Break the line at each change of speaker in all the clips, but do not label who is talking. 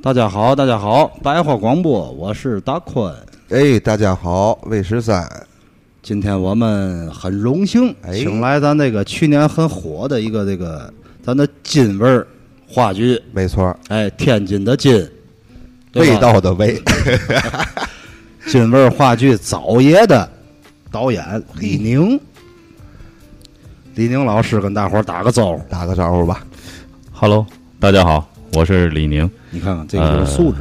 大家好，大家好，白话广播，我是大坤。
哎，大家好，魏十三，
今天我们很荣幸，
哎
请来咱这个去年很火的一个这个咱的津味儿话剧，
没错，
哎，天津的津，对吧
味道的味，
津味儿话剧早爷的导演李宁。李宁老师跟大伙儿打个招呼，
打个招 呼吧。
Hello，大家好，我是李宁。
你看看这
呃
个有素质，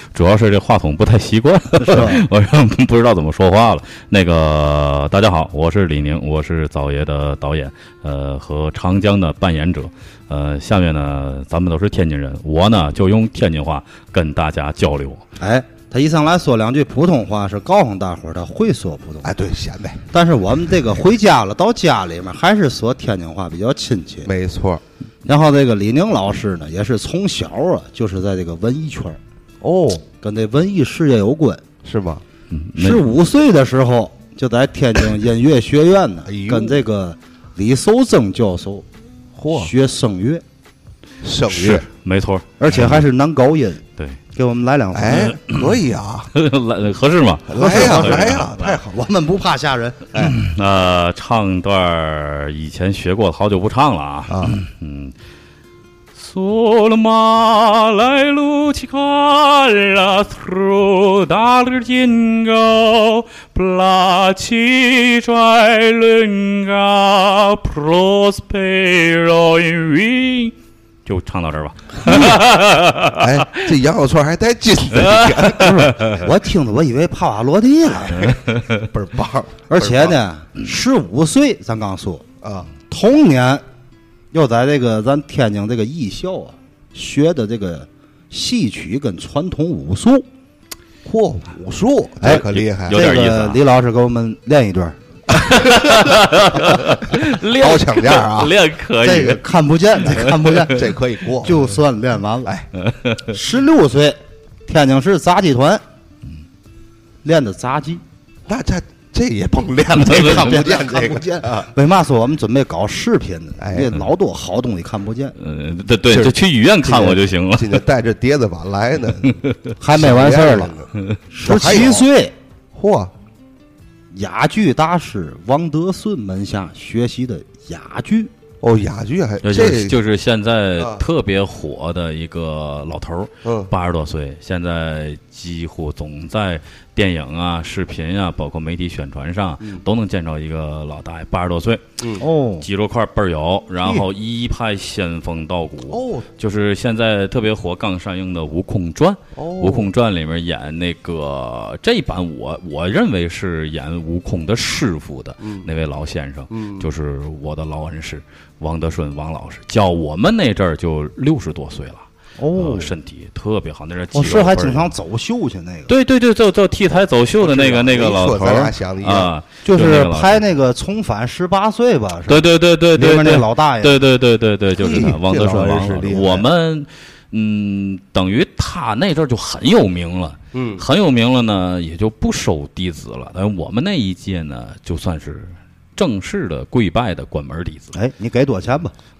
主要是这话筒不太习惯，
哎是吧？
我让不知道怎么说话了。那个，大家好，我是李宁，我是早爷的导演，呃，和长江的扮演者。呃，下面呢，咱们都是天津人，我呢就用天津话跟大家交流。
哎，他一上来说两句普通话，是告诉大伙儿他会说普通话。
哎，对，显摆，
但是我们这个回家了，到家里面还是说天津话比较亲切。
没错。
然后这个李宁老师呢，也是从小啊，就是在这个文艺圈儿，
哦，
跟这文艺事业有关。
是吗？
嗯，没
十五岁的时候，就在天津音乐学院呢
哎，呦
跟这个李寿增教授
嚯，
学声乐，
生日
是，没错，
而且还是男高音，
对，
给我们来两
哎
分。，
可以啊，
来合适吗？
啊
来呀，
合适
来呀，太好
哎
了。
我们不怕吓 人，哎，
那唱段儿以前学过，好久不唱了啊。
啊，
Solma lai luci cala thru dalir jingo placi trai lunga prospero in vi 就唱到这儿吧。
哎，这羊肉串还带筋 的，
我听着我以为帕瓦罗蒂
哎
了，
倍儿棒。
而且呢，十五岁咱刚说，
倍儿棒，啊，
同年又在这个咱天津这个艺校啊学的这个戏曲跟传统武术。
嚯，武术，
哎
这可厉害
有，点意思啊
这个李老师给我们练一段，
练
高抢架啊
练可以。
这个看不 见，这看不见，
这可以过。
就算练完了。哎，十六岁，天津市杂技团嗯练的杂技。
那这这也甭练了，
这
这
个
看不见
这看
这
不见
个啊。
为嘛说我们准备搞视频呢？
哎
这老多好东西看不 见，
呃，对对，就去医院看我就行了。
今天带着碟子碗来呢，
还没完事儿了。
了。
十
还有
七岁，
嚯，
哑剧大师王德顺门下学习的哑剧。
哦，哑剧还
就
这
是就是现在
啊
特别火的一个老头儿
嗯，
八十多岁，现在几乎总在电影啊、视频啊，包括媒体宣传上
嗯
都能见着一个老大爷，八十多岁，
哦，
肌肉块倍儿有，然后一派仙风道骨。
哦
就是现在特别火、刚上映的《悟空传》，
哦，
《悟空传》里面演那个这一版我我认为是演悟空的师傅的那位老先生，就是我的老恩师王德顺王老师，叫我们那阵儿就六十多岁了，
哦
呃身体特别好，那阵儿肌
我
肉
是还
倍儿
经
好
常走秀去那个，
对对对，就就 T 台走秀的那个
我知道
那个老
没错
头
咱俩
儿
想的一样
啊，
就
那
是
个老头儿
拍那个《重返十八岁》吧，是吧
对对对对
里
对
面
对
那老大爷，。
对对对对对，就是他
嘿
王
这
德
老
顺
人
王
是
老师
厉害
我们嗯，等于他那阵儿就很有名了，
嗯
很有名了呢，也就不收弟子了。但是我们那一届呢，就算是正式的跪拜的关门弟子
哎，你给多少钱吧？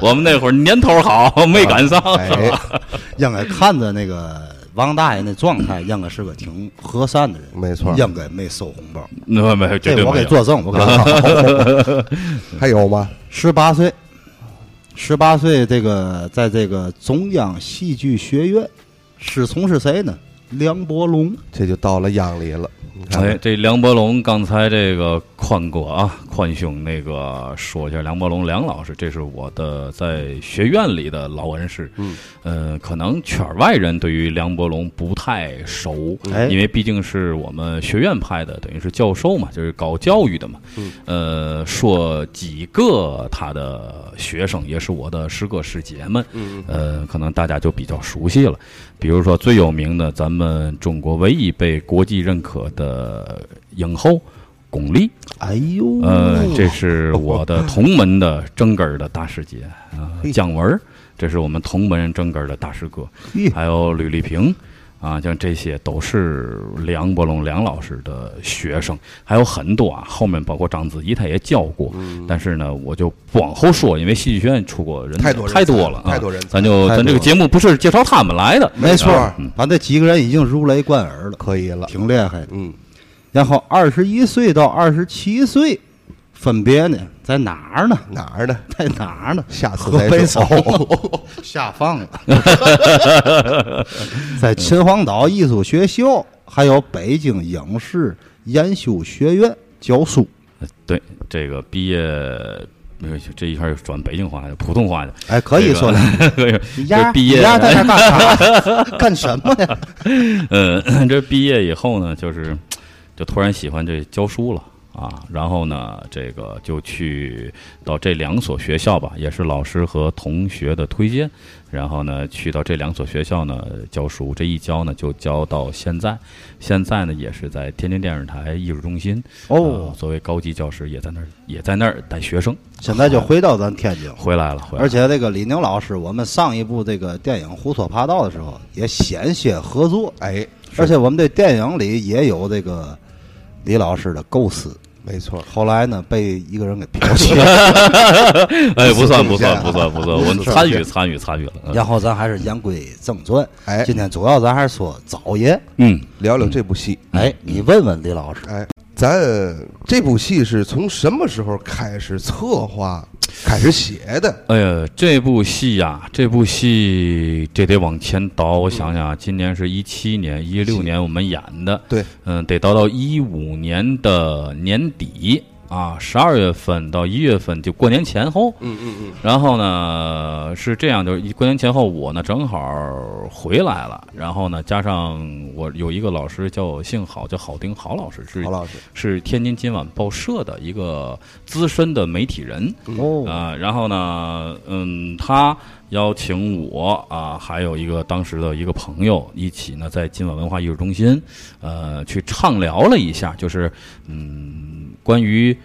我们那会儿年头好，没赶上。
哎，
应该看着那个王大爷那状态，应该是个挺和善的人，
没错
应该没收红包，哎
那没绝对
这我
没
给
有。
作证，我给作证。
还有吗？
十八岁，十八岁，这个在这个中央戏剧学院，师从是谁呢？梁伯龙，
这就到了秧里了。你看看
哎，这梁伯龙刚才这个宽哥啊，宽兄那个说一下，梁伯龙梁老师，这是我的在学院里的老恩师。
嗯，
呃，可能圈外人对于梁伯龙不太熟，
哎
因为毕竟是我们学院派的，等于是教授嘛，就是搞教育的嘛。
嗯，
呃，说几个他的学生，也是我的师哥师姐们，
嗯，
呃，可能大家就比较熟悉了。比如说最有名的，咱们中国唯一被国际认可的影后巩俐，
哎呦，
呃，这是我的同门的正根儿的大师 姐啊、
嘿
姜文儿，这是我们同门正根儿的大师哥，
嘿
还有吕丽萍。啊，像这些都是梁伯龙梁老师的学生，还有很多啊。后面包括章子怡，他也教过，
嗯
但是呢，我就不往后说，因为戏剧学院出过人
太多人才
太多了，啊
太多人才
咱就
太多
咱这个
了
节目不是介绍他们来的，
没错
啊
儿，
嗯
咱这几个人已经如雷贯耳了，
可以了，
挺厉害的。
嗯，
然后二十一岁到二十七岁，分别呢在哪儿呢？
哪儿呢？
在哪儿呢？
下次
河北
再
省
说
下放了， 在秦皇岛艺术学校，还有北京影视研修学院教书。
对，这个毕业没有这一下儿又转北京话去，普通话去，
哎，可以 说了，
这个
你丫
这毕业
你丫在这干啥？ 干什么呀？
嗯， 这毕业以后呢，就是就突然喜欢这教书了啊，然后呢，这个就去到这两所学校吧，也是老师和同学的推荐，然后呢，去到这两所学校呢教书，这一教呢就教到现在，现在呢也是在天津电视台艺术中心
哦
呃作为高级教师也在那儿也在那儿带学生，
现在就回到咱天津了。
回来了，回来了
而且这个李宁老师，我们上一部这个电影《胡说八道》的时候也险些合作，
哎，
而且我们这电影里也有这个李老师的构思。
没错，
后来呢，被一个人给剽窃 了。
哎，
不
不算
是这
不算
样
不算不算， 我们参与参与参与了。嗯
然后咱还是言归正传，
哎
今天主要咱还是说早爷。
嗯，
聊聊这部戏，
哎，你问问李老师，
哎，咱这部戏是从什么时候开始策划、开始写的？
哎呀，这部戏呀、这部戏这得往前倒，我想想啊，今年是一七年、一六年我们演的，
对，
嗯，得倒到一五年的年底啊，十二月份到一月份，就过年前后，
嗯嗯
然后呢是这样，就是一过年前后，我呢正好回来了，然后呢加上我有一个老师叫我姓郝，叫郝丁郝老师，是
郝老师，
是天津今晚报社的一个资深的媒体人
嗯
哦，
啊、然后呢，嗯，他邀请我啊、还有一个当时的一个朋友一起呢，在今晚文化艺术中心，呃，去畅聊了一下，就是嗯，关于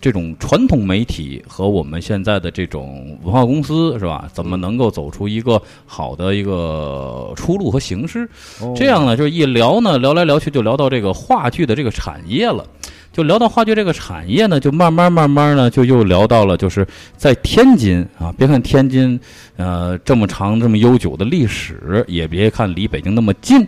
这种传统媒体和我们现在的这种文化公司是吧，怎么能够走出一个好的一个出路和形式？这样呢，就是一聊呢，聊来聊去就聊到这个话剧的这个产业了。就聊到话剧这个产业呢，就慢慢慢慢呢，就又聊到了，就是在天津啊，别看天津，呃，这么长这么悠久的历史，也别看离北京那么近，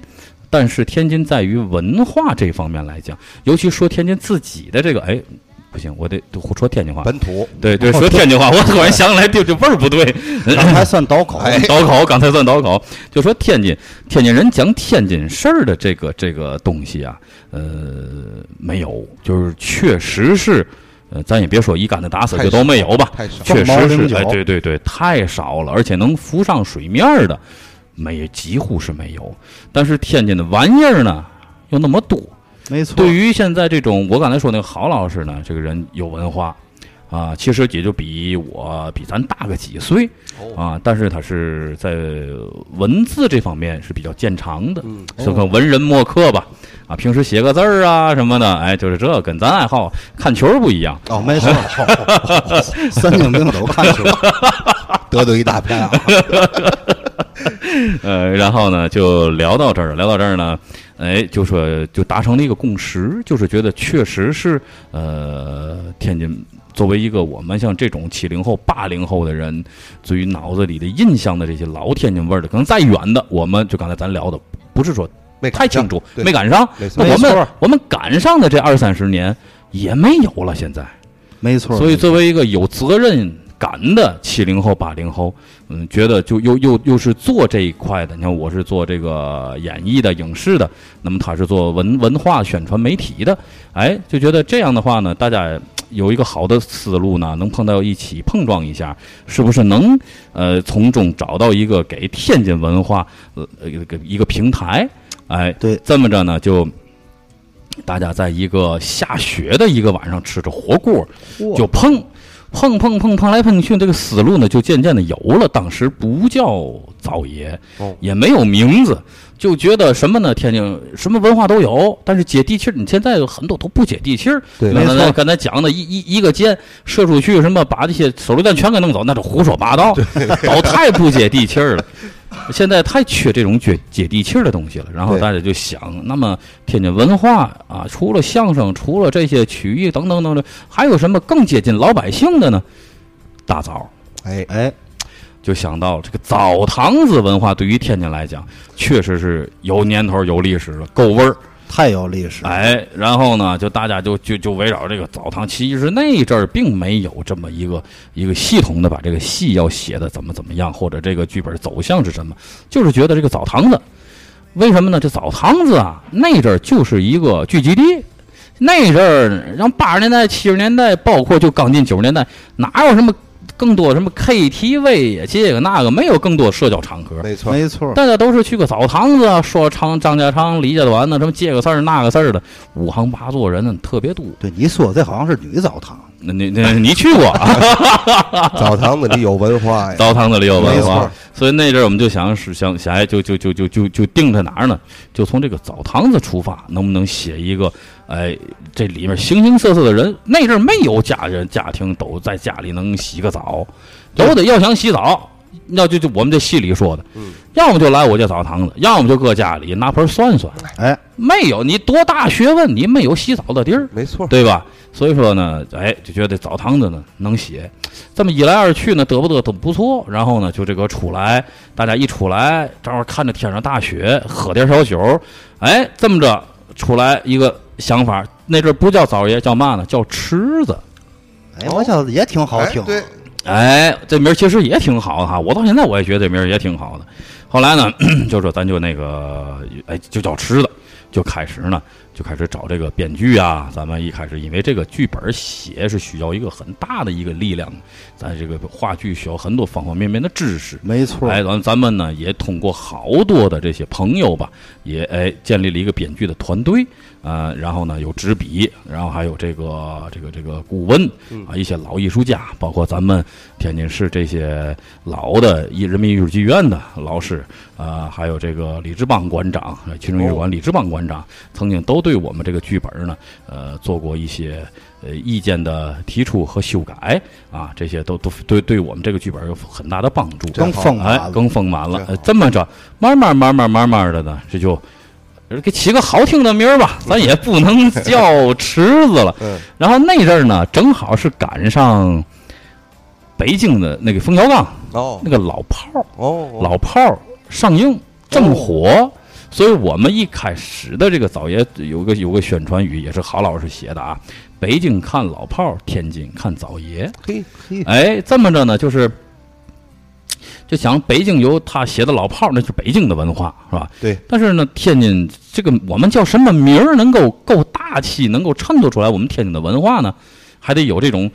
但是天津在于文化这方面来讲，尤其说天津自己的这个，哎，不行，我得说天津话，
本土
对哦对，说天津话，我突然想起来，这这味儿不对，
刚才算倒口，
哎
倒口，刚才算倒口，就说天津，天津人讲天津事儿的这个这个东西啊，呃，没有，就是确实是，呃，咱也别说一竿子打死就都没 有吧，
太少，
确
凤毛
实
麟
是，
角
哎，对对对，太少了，而且能浮上水面儿的，没几乎是没有。但是天津的玩意儿呢，又那么多，
没错，
对于现在这种我刚才说那个郝老师呢，这个人有文化，啊，其实也就比我比咱大个几岁，
哦
啊，但是他是在文字这方面是比较见长的，
嗯
就个文人墨客吧，啊，平时写个字儿啊什么的，哎，就是这跟咱爱好看球儿不一样，
哦， 没错，神经病都看出来，
得罪一大片啊，
呃，然后呢就聊到这儿，聊到这儿呢，哎，就说就达成了一个共识，就是觉得确实是呃，天津作为一个我们像这种七零后、八零后的人，对于脑子里的印象的这些老天津味儿的，可能再远的，我们就刚才咱聊的，不是说
没
太
赶上
清楚，
对
没赶上。
没错
那我
没
们
错
我们赶上的这二三十年也没有了，现在。
没错，
所以作为一个有责任感的七零后、八零后，嗯，觉得就又又又是做这一块的。你看，我是做这个演艺的、影视的，那么他是做文文化宣传媒体的，哎，就觉得这样的话呢，大家。有一个好的思路呢，能碰到一起碰撞一下，是不是能呃从中找到一个给天津文化呃呃一个一个平台？哎，
对
这么着呢就。大家在一个下雪的一个晚上吃着火锅，
哇
就碰碰碰碰碰来碰去，这个思路呢就渐渐的有了。当时不叫灶爷
哦，
也没有名字，就觉得什么呢？天津什么文化都有，但是接地气儿。你现在有很多都不接地气儿。
对
刚才
没错
刚才讲的一一一个箭射出去，什么把这些手榴弹全给弄走，那是胡说八道，都太不接地气儿了。现在太缺这种接接地气儿的东西了。然后
对
大家就想，那么天津文化啊，除了相声，除了这些曲艺等等等等，还有什么更接近老百姓的呢？大枣儿。
哎，
哎，
就想到这个澡堂子文化，对于天津来讲，确实是有年头、有历史了，够味儿。
太有历史了，
哎，然后呢，就大家就就就围绕这个澡堂，其实那阵儿并没有这么一个一个系统的把这个戏要写的怎么怎么样，或者这个剧本走向是什么，就是觉得这个澡堂子，为什么呢？这澡堂子啊，那阵儿就是一个聚集地。 那阵儿，然后八十年代、七十年代，包括就刚进九十年代，哪有什么更多什么 KTV 呀，这个那个，没有更多社交场合。
没错，
没错，
大家都是去个澡堂子啊，说张张家昌、李家团呢，什么这个事儿那个事儿的，五行八作人呢特别多。
对你说这好像是女澡 堂，
那你那你去过啊
澡堂子里有文化呀，
澡堂子里有
哎没
文
错
化，所以那阵儿我们就想是想想哎，就就就就就就定在哪儿呢？就从这个澡堂子出发，能不能写一个哎，这里面形形色色的人？那阵儿没有家人家庭都在家里能洗个澡，都得要想洗澡，要就就我们这戏里说的，
嗯
要么就来我这澡堂子，要么就搁家里拿盆算算。
哎，
没有，你多大学问，你没有洗澡的地儿，
没错，
对吧？所以说呢，哎，就觉得澡堂子呢能写，这么一来二去呢，得不得都不错。然后呢，就这个出来，大家一出来，正好看着天上大雪，喝点小酒，哎，这么着出来一个想法，那阵儿不叫枣爷，叫嘛呢？叫池子。
哎，我觉得也挺好
哎
听，
对，
哎，这名儿其实也挺好的哈，我到现在我也觉得这名儿也挺好的。后来呢， 就说咱就那个，哎，就叫吃的，就开始呢，就开始找这个编剧啊。咱们一开始因为这个剧本写是需要一个很大的一个力量，咱这个话剧需要很多方方面面的知识。
没错，
哎，咱咱们呢也通过好多的这些朋友吧，也哎建立了一个编剧的团队，呃，然后呢有执笔，然后还有这个这个这个顾问啊，一些老艺术家，包括咱们天津市这些老的艺人民艺术剧院的老师啊、还有这个李志邦馆长，呃群众艺术馆李志邦馆长，曾经都对我们这个剧本呢，呃，做过一些呃意见的提出和修改啊，这些都都对对我们这个剧本有很大的帮助。
更丰
啊
满
哎，
了，
更丰满了
真。好
呃这么着，慢慢慢慢慢慢的呢，这就呃给起个好听的名儿吧，咱也 不能叫池子了。
嗯，
然后那阵儿呢，正好是赶上北京的那个冯小刚
哦
那个老炮儿，
哦，
老炮儿上映正火。所以我们一开始的这个早爷有个有个宣传语也是郝老师写的啊，北京看老炮儿，天津看早爷。
嘿嘿，
哎，这么着呢，就是就想北京有他写的老炮儿，那是北京的文化，是吧？
对。
但是呢，天津这个我们叫什么名儿能够够大气，能够衬托出来我们天津的文化呢？还得有这种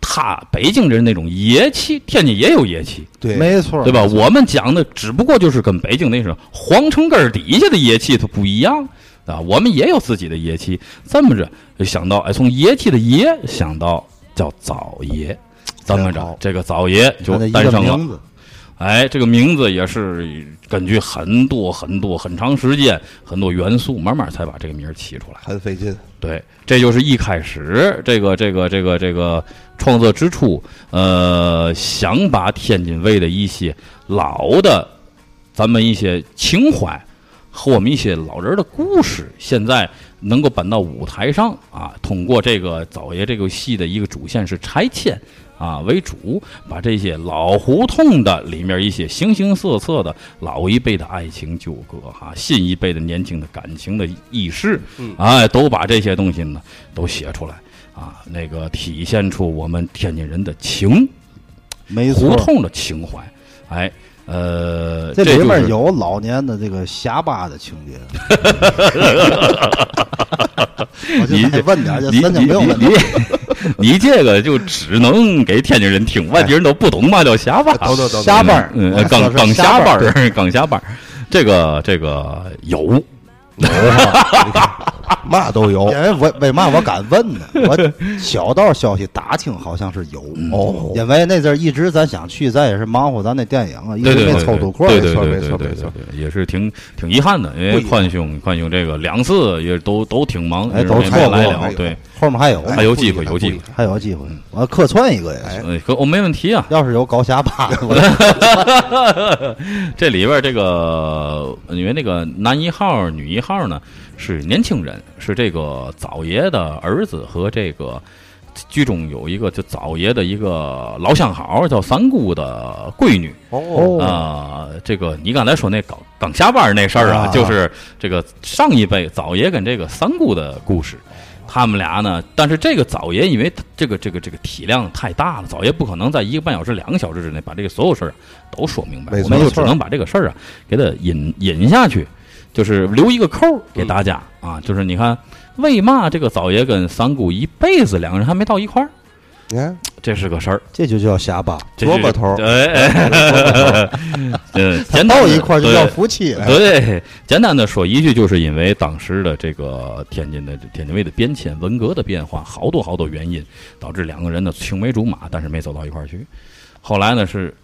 他北京人那种爷气，天津也有爷气，
对，
没错，
对吧？我们讲的只不过就是跟北京那种皇城根儿底下的爷气它不一样啊，我们也有自己的爷气。这么着就想到，哎，从爷气的爷想到叫枣爷，这么
真
着
好
这个枣爷就
哎它的一
诞
个
生了。
名字，
哎，这个名字也是根据很多很多很长时间很多元素慢慢才把这个名儿起出来。
很费劲，
对，这就是一开始这个这个这个这个创作之初，呃，想把天津卫的一些老的，咱们一些情怀呃和我们一些老人的故事，现在能够搬到舞台上啊，通过这个枣爷这个戏的一个主线是拆迁。啊，为主把这些老胡同的里面一些形形色色的老一辈的爱情纠葛哈、新一辈的年轻的感情的意识，哎，都把这些东西呢都写出来啊，那个体现出我们天津人的情，
没
胡
错，
同的情怀，哎，呃，
这
这
里
就
面
是
有老年的这个瞎巴的情 节。我就再问点儿，这
你
三井
你
没有问题。
你你你这个就只能给天津人听，外地人都不懂嘛叫瞎话。
等等等
瞎
等，
班儿
嗯，
我
呃刚
说是
刚
瞎
下
班
班
儿
儿，刚下班儿，这个这个有，
嘛 都有
因为为为嘛哎我敢问呢？ 我小道消息打听好像是有
嗯
哦
因为那阵儿一直咱想去，咱也是忙活咱那电影啊，一
对
直
对
没
对
凑
对
足空儿。
对对
没错
对
没
对
错
对
没
对
错
对也是挺挺遗憾的，因为
不遗憾
宽兄宽兄这个两次也都都挺忙，
哎
也
都
没
错过
来
了
了，
哎
对，
后面还有，
还啊有机
不遗
会
憾
有
不
机
遗
会
憾
还有机会，我要客串一个也行。
哎
嗯，可我没问题啊。
要是有搞瞎 吧，我
这里边这个，因为那个男一号、女一号呢是年轻人，是这个枣爷的儿子和这个剧中有一个就枣爷的一个老相好叫三姑的闺女
哦
啊、这个你刚才说那刚刚下班那事儿啊，
啊
就是这个上一辈枣爷跟这个三姑的故事。他们俩呢？但是这个枣爷因为他这个这个这个体量太大了，枣爷不可能在一个半小时、两个小时之内把这个所有事儿啊都说明白，
没
我
错
们就
没
只
错
能把这个事儿啊给它引引下去，就是留一个扣儿给大家、啊。就是你看，为嘛这个枣爷跟三姑一辈子两个人还没到一块儿？
哦
哦
你看
这是个事儿，
这就叫瞎吧。
这是
萝卜头
哎哎， 嗯，简单
到
地
一块儿就叫
对
夫妻了。
对，简单的说一句，就是因为当时的这个天津的天津卫的变迁、文革的变化，好多好多原因，导致两个人呢青梅竹马，但是没走到一块儿去。后来呢是，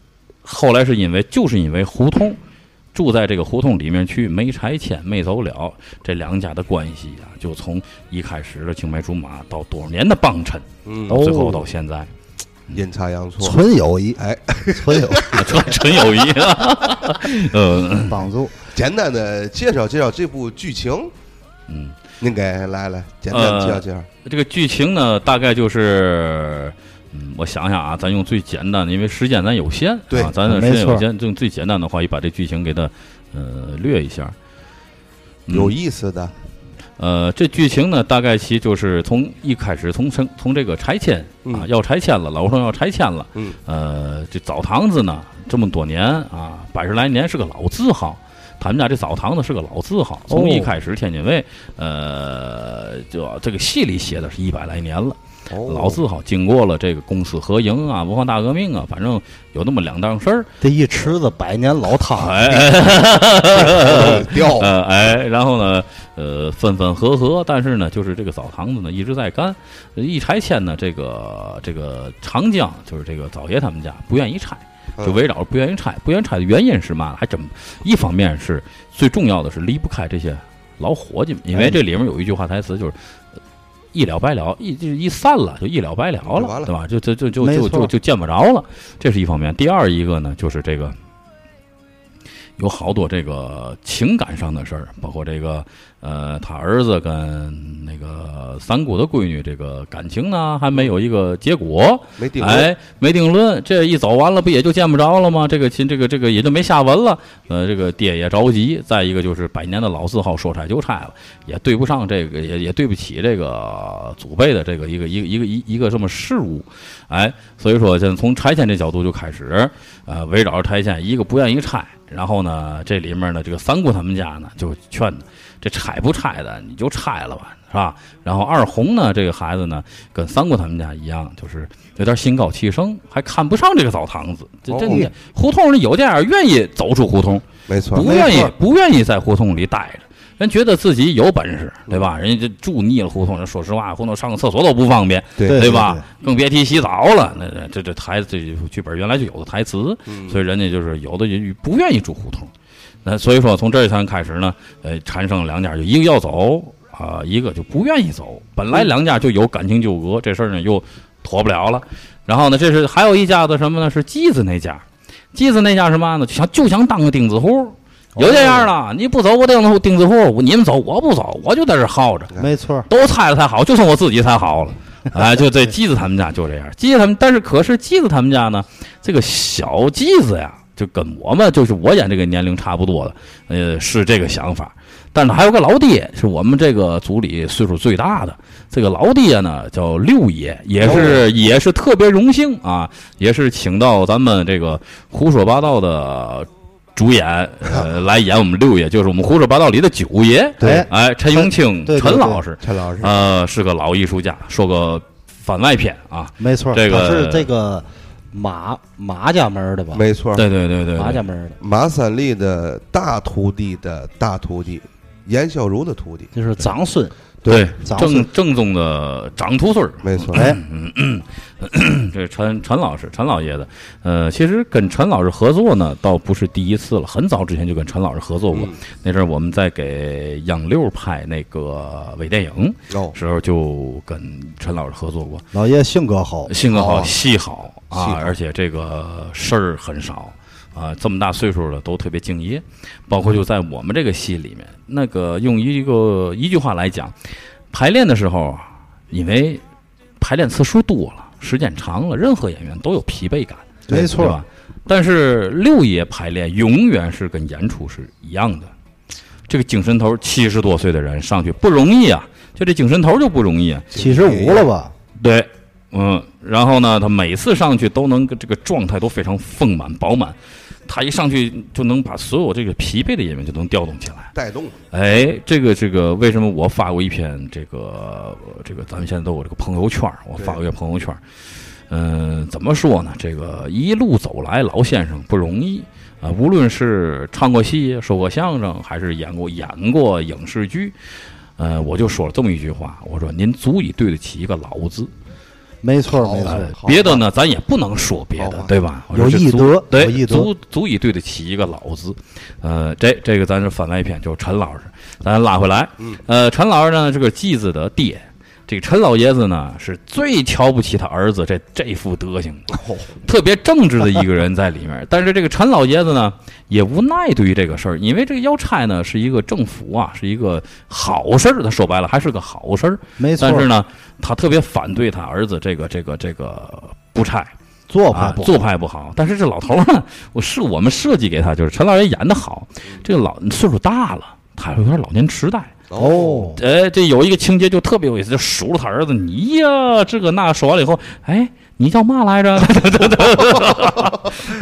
后来是因为就是因为胡同住在这个胡同里面去没拆迁没走了，这两家的关系啊，就从一开始的青梅竹马到多少年的帮衬，
嗯
到最
哦
后到现在，
阴差阳错，
纯友谊，
哎，
纯 友谊
纯纯友谊啊，嗯
帮助。
简单的介绍介绍这部剧情，
嗯。
您给来来简单地介绍
呃
介绍，
这个剧情呢，大概就是，嗯，我想想啊，咱用最简单的，因为时间咱有限，
对
啊，咱的时
没
间有
错
限，用最简单的话，也把这剧情给它，呃，略一下。嗯
有意思的，
呃，这剧情呢，大概其就是从一开始从从从这个拆迁啊，
嗯
要拆迁了，老胡同要拆迁了，
嗯，
呃，这澡堂子呢，这么多年啊，百十来年是个老字号。他们家这澡堂子是个老字号，
哦
从一开始天津卫，呃，就这个戏里写的是一百来年了。
哦
老字号经过了这个公私合营啊、文化大革命啊，反正有那么两档事儿。
这一池子百年老汤， 哦
掉
呃，哎，然后呢，呃，分分合合，但是呢，就是这个澡堂子呢一直在干。一拆迁呢，这个这个长江就是这个枣爷他们家不愿意拆，就围绕着不愿意拆。不愿意拆的原因是嘛？还真一方面是最重要的是离不开这些老伙计们，因为这里面有一句话台词就是。呃一了百了，一就是一散了，就一了百了
就
了，
完了
对吧？就就就就
没
就
错
就就见不着了，这是一方面。第二一个呢，就是这个有好多这个情感上的事儿，包括这个呃，他儿子跟那个三姑的闺女这个感情呢，还没有一个结果，
没定位，
哎，没定论。这一走完了，不也就见不着了吗？这个亲，这个这个也就没下文了。呃，这个爹也着急。再一个就是百年的老字号，说拆就拆了，也对不上这个，也也对不起这个祖辈的这个一个一个一个一一个这么事物，哎，所以说现在从拆迁这角度就开始，呃，围绕着拆迁，一个不愿意拆，然后呢，这里面呢，这个三姑他们家呢就劝他，这拆不拆的你就拆了吧，是吧？然后二红呢，这个孩子呢，跟三姑他们家一样，就是有点心高气盛，还看不上这个澡堂子，这这你
哦
胡同里有这样愿意走出胡同，
没错，
不愿意不愿意在胡同里待着，人觉得自己有本事，对吧？人家这住腻了胡同，人说实话，胡同上个厕所都不方便，
对
对
吧？更别提洗澡了。那那这这台这剧本原来就有的台词，
嗯
所以人家就是有的人不愿意住胡同。那所以说，从这一天开始呢，呃，产生了两家，就一个要走啊、一个就不愿意走。本来两家就有感情纠葛，这事儿呢又妥不了了。然后呢，这是还有一家子什么呢？是继子那家，继子那家是嘛呢？就想就想当个钉子户，有这样的，你不走我钉子户，钉子户，你们走我不走，我就在这儿耗着。
没错，
都拆了才好，就剩我自己才好 了。哎，就这季子他们家就这样，季子他们，但是可是季子他们家呢，这个小季子呀，就跟我们就是我演这个年龄差不多的，呃，是这个想法。但是还有个老爹，是我们这个组里岁数最大的。这个老爹呢叫六爷，也是也是特别荣幸啊，也是请到咱们这个胡说八道的主演呃来演我们六爷，就是我们胡说八道里的九爷。
对
哎，陈永清，
对对
陈
对
老师，
陈老师，
呃，是个老艺术家，说个番外篇啊，
没错，
这个
他是这个马马家门儿的吧？
没错，
对对对对
马家
对，
门儿的，
马三立的大徒弟的大徒弟，严孝孺的徒弟，
就是长孙，对杂碎
正正宗的长秃穗儿，
没错，
哎，
这是陈陈老师，陈老爷子，呃，其实跟陈老师合作呢，倒不是第一次了，很早之前就跟陈老师合作过。那阵儿我们在给杨六拍那个微电影
哦，
时候，就跟陈老师合作过。
老爷性格好，
性格
好
好，
啊
戏好
戏
啊
好，
而且这个事儿很少啊，这么大岁数了都特别敬业，包括就在我们这个戏里面，那个用一个一句话来讲，排练的时候啊，因为排练次数多了，时间长了，任何演员都有疲惫感，
没
对
错，
吧？但是六爷排练永远是跟演出是一样的，这个精神头七十多岁的人上去不容易啊，就这精神头就不容易啊。
七十五了吧？
对，嗯，然后呢，他每次上去都能这个状态都非常丰满饱满，他一上去就能把所有这个疲惫的演员就能调动起来。
带动
哎，这个这个，为什么我发过一篇这个呃这个咱们现在都有这个朋友圈儿，我发过一个朋友圈儿，嗯、怎么说呢？这个一路走来，老先生不容易啊、无论是唱过戏、说过相声，还是演过演过影视剧，呃，我就说了这么一句话，我说您足以对得起一个“老”字。
没错，没
好
错，
好
哎别的呢，咱也不能说别
好
的
吧，
对吧？我
有
说这
艺
足
德有艺
对，
德
足足以对得起一个“老”字。呃，这这个咱是反外篇，就是陈老师，咱拉回来。
嗯
呃，陈老师呢，这个继子的爹，这个陈老爷子呢，是最瞧不起他儿子这这副德行的，
哦
特别正直的一个人在里面。但是这个陈老爷子呢，也无奈对于这个事儿，因为这个要差呢是一个政府啊，是一个好事儿。他说白了还是个好事儿，
没错，
但是呢，他特别反对他儿子这个这个这个不差。
做派不
啊，做派不好。但是这老头儿呢，我是我们设计给他，就是陈老爷演的好，这个老岁数大了，他有点老年痴呆。
哦，
哎，这有一个情节就特别有意思，就数落他儿子，你呀，这个那说完了以后，哎，你叫嘛来着？ 他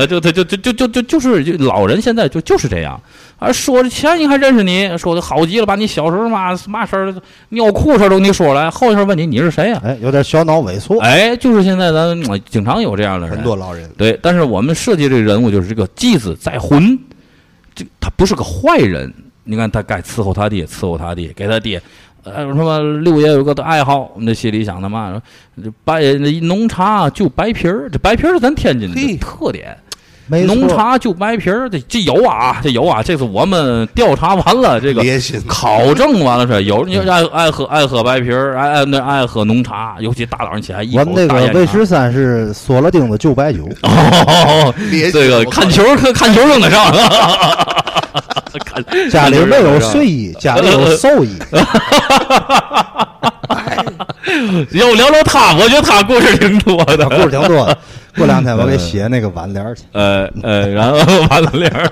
就他 就就就就就就是就老人现在就就是这样，啊，说着前你还认识你，说的好极了，把你小时候嘛嘛事儿尿裤事儿都给你说出来，后一下问你你是谁呀、
哎，有点小脑萎缩，
哎，就是现在咱呃经常有这样的人
很，多老人，
对，但是我们设计这个人物就是这个继子在魂，这他不是个坏人。你看他该伺候他爹，伺候他爹，给他爹。呃，什么六爷有个爱好，我们这心里想他妈，这白那浓茶就白皮儿，这白皮儿是咱天津
嘿
的特点，
没
浓
错，
茶就白皮儿，这这有啊，这有啊，这是我们调查完了这个
别心
考证完了是有人就爱爱喝爱喝白皮儿，爱爱那爱喝浓茶，尤其大早上起来一口
我们那
大啊
个
烟
魏
茶
十三是锁了钉子就白酒，
哦，
别
这个看球看看球用得上，看
家里没有睡衣，家里有寿衣，
要聊聊他，我觉得他故事挺多
那故
的。
事挺多的。过两天我
嗯
给写那个挽联儿去。
呃呃，然后完了脸儿，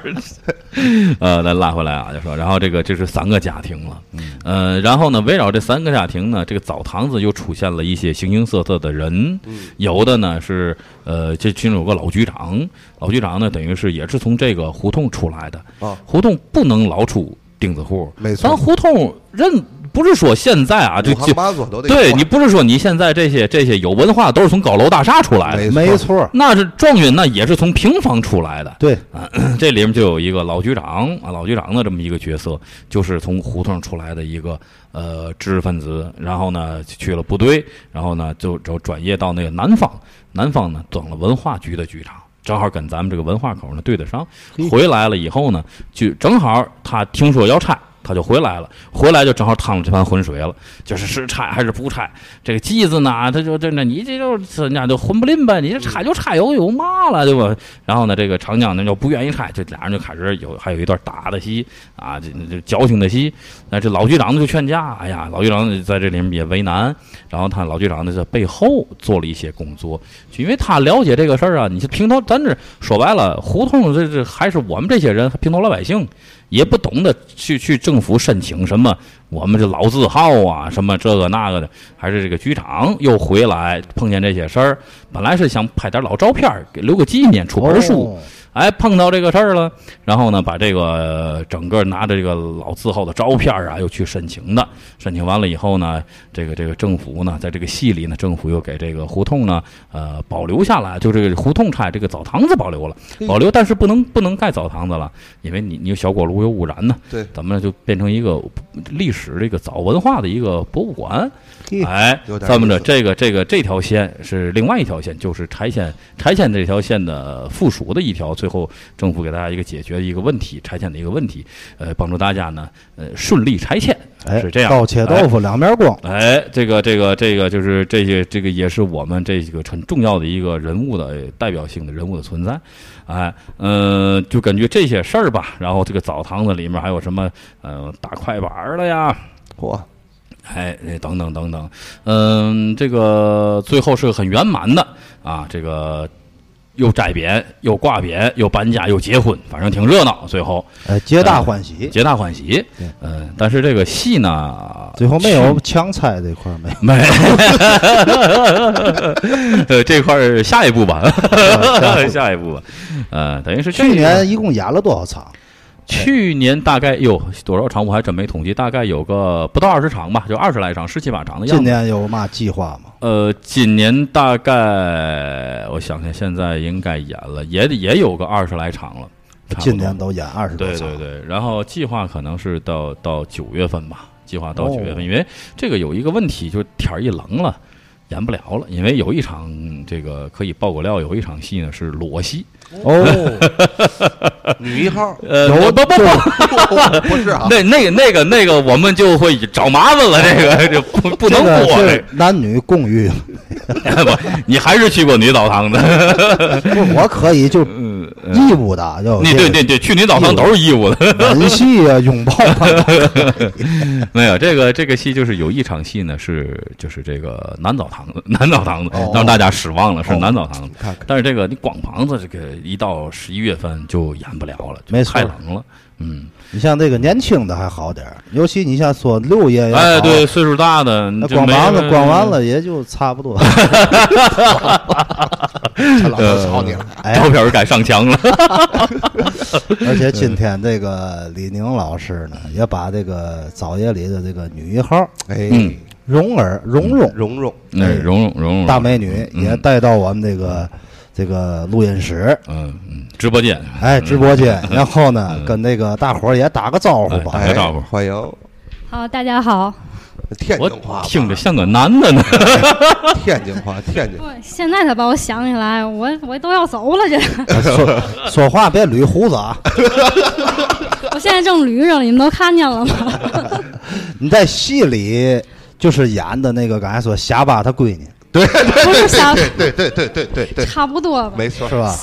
呃，咱拉回来啊，就说，然后这个这是三个家庭了，
嗯
呃，然后呢，围绕这三个家庭呢，这个澡堂子又出现了一些形形色色的人，有的呢是呃，这其中有个老局长，老局长呢等于是也是从这个胡同出来的，
啊，
胡同不能老出钉子户，
没错
咱胡同认不是说现在啊，这
五
这
行八啊所都得
对
换
你不是说你现在这些这些有文化都是从高楼大厦出来的，
没错，
那是状元那也是从平房出来的。
对，
这里面就有一个老局长啊，老局长的这么一个角色，就是从胡同出来的一个呃知识分子，然后呢去了部队，然后呢就就转业到那个南方，南方呢当了文化局的局长。正好跟咱们这个文化口呢对得上，回来了以后呢，就正好他听说要拆，他就回来了，回来就正好趟了这番浑水了，就是是拆还是不拆，这个季子呢，他就这那你这就是人家就混不吝呗，你这拆就拆，有有嘛了对吧？然后呢，这个长江呢就不愿意拆，这俩人就开始有还有一段打的戏啊，这这矫情的戏。那这老局长呢就劝架，哎呀，老局长在这里面也为难，然后他老局长呢在背后做了一些工作，就因为他了解这个事儿啊。你就平头，咱这说白了，胡同这这还是我们这些人平头老百姓也不懂得去去政府申请什么，我们这老字号啊，什么这个那个的，还是这个局长又回来碰见这些事儿，本来是想拍点老照片儿，给留个纪念，出本书。
哦
哎，碰到这个事儿了，然后呢，把这个呃整个拿着这个老字号的照片啊，又去申请的。申请完了以后呢，这个这个政府呢，在这个系里呢，政府又给这个胡同呢，呃，保留下来，就这个胡同拆，这个澡堂子保留了，保留，但是不能不能盖澡堂子了，因为你你有小锅炉有污染呢。
对，
咱们就变成一个历史这个早文化的一个博物馆。
嘿
哎
有，点
这么
意
着，
思
这个这个这条线是另外一条线，就是柴县柴县这条线的附属的一条，最后政府给大家一个解决一个问题，柴县的一个问题，呃，帮助大家呢，呃，顺利拆迁，
哎，
是这样。
倒切豆腐两边光，
哎，这个这个这个就是这些这个也是我们这个很重要的一个人物的呃代表性的人物的存在，哎，嗯、就感觉这些事儿吧，然后这个澡堂子里面还有什么呃打快板儿的呀，
嚯，
哎，哎等等等等，嗯，这个最后是很圆满的啊，这个又摘匾，又挂匾，又搬家，又结婚，反正挺热闹，最后
哎，皆大欢喜。
皆大欢喜。
对
嗯、但是这个戏呢，，
最后没有强拆这块儿没有
没， 呃，这块儿下一步吧，
嗯
下一步吧，呃，等于是这
去
个
年一共演了多少场？
去年大概有多少场，我还真没统计，大概有个不到二十场吧，就二十来场，十七八场的样
今
子。
年有嘛计划吗？
呃，今年大概我想想，现在应该演了，也得也有个二十来场了。差不多
今年都演二十多
对
场。
对对，然后计划可能是到到九月份吧，计划到九月份，
哦
因为这个有一个问题，就是天儿一冷了，演不了了，因为有一场这个可以爆个料，有一场戏呢是裸戏，
哦，
女一 号
呃，
有
不不不，
不是啊，
那那个那个那个，我们就会找麻烦了，这个这不 不能
这个
播，
是男女共浴，
这个不，你还是去过女澡堂的，
不是我可以就
嗯，嗯
义务的，要有
你对对对，去女澡堂都是义务的。
这个吻戏啊，拥抱啊，
没有这个这个戏，就是有一场戏呢，是就是这个男澡堂子，男澡堂子
哦
让大家失望了，是男澡堂子。
看看
但是这个你光膀子，这个一到十一月份就演不了了，就
没错
太冷了。嗯，
你像这个年轻的还好点儿，尤其你像说六爷也好
哎，对，，岁数大的
那
嗯就
光
没
膀子光完，了也就差不 多。
陈老
呃
师操你了，
哎，
照片该上墙了。
而且今天这个李宁老师呢，也把这个枣爷里的这个女一号
哎，
嗯
蓉儿蓉蓉
蓉蓉，
哎
嗯，蓉蓉蓉蓉
大，美女
嗯
也带到我们这个这个录音室，
嗯嗯，直播间，
哎，直播间，然后呢，跟那个大伙儿也打个招呼吧
嗯哎。打个招呼
哎欢迎，
好，大家好。
天
我
津话吧，
听着像个男 的呢。
天津话，天津
不，现在才把我想起来，我我都要走了，这
哎说说话别捋胡子啊，
我现在正捋着了，你们都看见了吗？
你在戏里就是演的那个刚才说瞎巴他闺女
不是想
对对对对对对，
差不多吧？
没错
是，吧？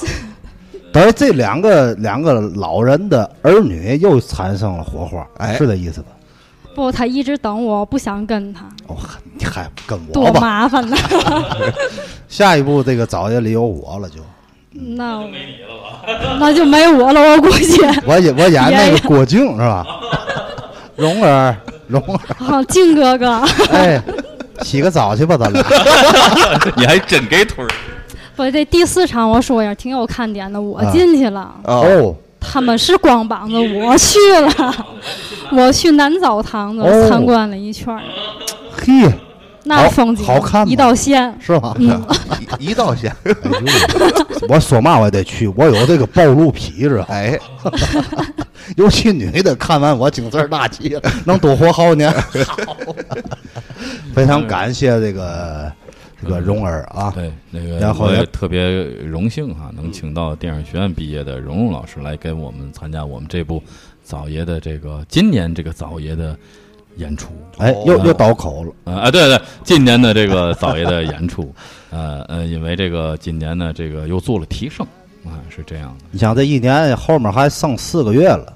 等于这两个两个老人的儿女又产生了火花，
哎
是这意思吧？
不，他一直等我，我不想跟他，
哦，你还跟我
多
吧？
麻 烦呐。
下一步这个早夜里有我了就，
那我 那就没我了，我估计。
我演我演那
哎
个
呀
郭靖是吧？蓉儿，蓉儿，
好，靖哥哥，
哎，洗个澡去吧，咱俩。
你还真给腿儿，
不，这第四场我说呀，挺有看点的，我
啊
进去了，
哦，
他们是光膀子，我去了，我去南澡堂子
哦
参观了一圈儿，
嘿，
那风景
好看吗
一道线。
是吧？
一一 道线，
哎呦我说嘛我也得去，我有这个暴露癖是吧？
哎，
尤其女的看完我精神大气了，能多活好年。好， 非常感谢这个这个蓉儿啊，
对，那个
然后
我也
也
特别荣幸哈、能请到电影学院毕业的蓉蓉老师来跟我们参加我们这部枣爷的这个今年这个枣爷的演出。
哎，又
哦
又倒口了，
啊、啊，对对，今年的这个 枣爷的演出，呃呃，因为这个今年呢，这个又做了提升啊、是这样的。
你想这一年后面还剩四个月了，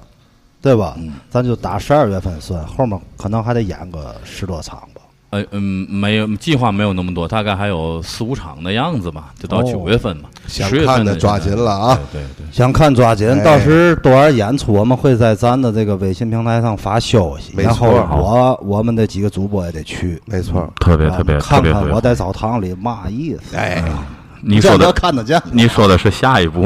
对吧？
嗯
咱就打十二月份算，后面可能还得演个十多场吧。
呃嗯，没有计划没有那么多，大概还有四五场的样子吧，就到
哦
九月份嘛，
想
10月
看
份
的抓紧了啊！
对对对，
想看抓紧，
哎
到时多少演出我们会在咱的这个微信平台上发消息，
没
然后
错
我我们的几个主播也得去，啊
没错，
特别
啊看看我在澡堂里嘛意思。
嗯
哎，
你
这
说
能
的，
看得 见。
你说的是下 一步，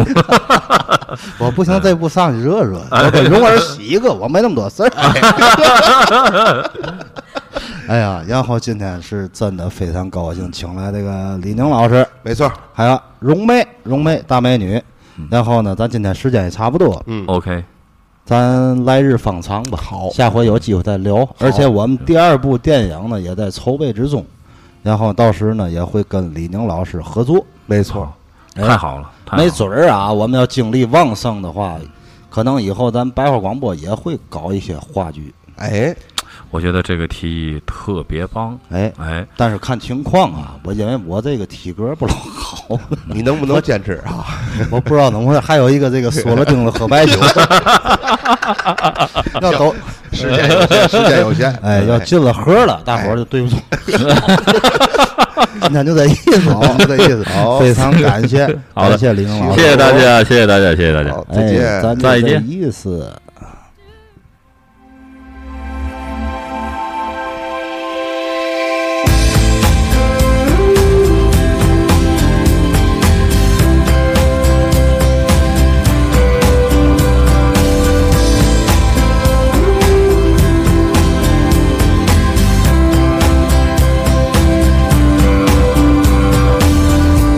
我不行，再不上去热热，
哎
我给蓉儿洗一个，我没那么多事儿。 哎呀，然后今天是真的非常高兴，请来这个李宁老师，
没错儿，
还有蓉妹，蓉妹大美女。
嗯
然后呢，咱今天时间也差不多，
嗯
OK，
咱来日方长吧。
好
下回有机会再聊。而且我们第二部电影呢也在筹备之中，然后到时呢也会跟李宁老师合作。
没错儿，
哎
太好了，太好了
没准儿啊，我们要精力旺盛的话，可能以后咱白话广播也会搞一些话剧。
哎，
我觉得这个提议特别棒，
哎，
哎，
但是看情况啊，我因为我这个体格不老好，
你能不能坚持啊？
我不知道怎么回事。还有一个这个锁了钉子喝白酒， 要都
时间有限，时间有限，
哎要进了盒了，大
哎
伙儿就对不 住。今天就这意思，
好
就这意思
好。
非常感谢，
好的
感谢李宁老
谢
师，
谢大家，谢谢大家，谢谢大家
好。，再
哎、
见。
咱就
再
这
见
意思。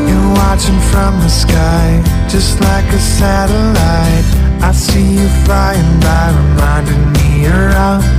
You're watching from the sky, just like a satellite. I see you flying by, reminding me you're out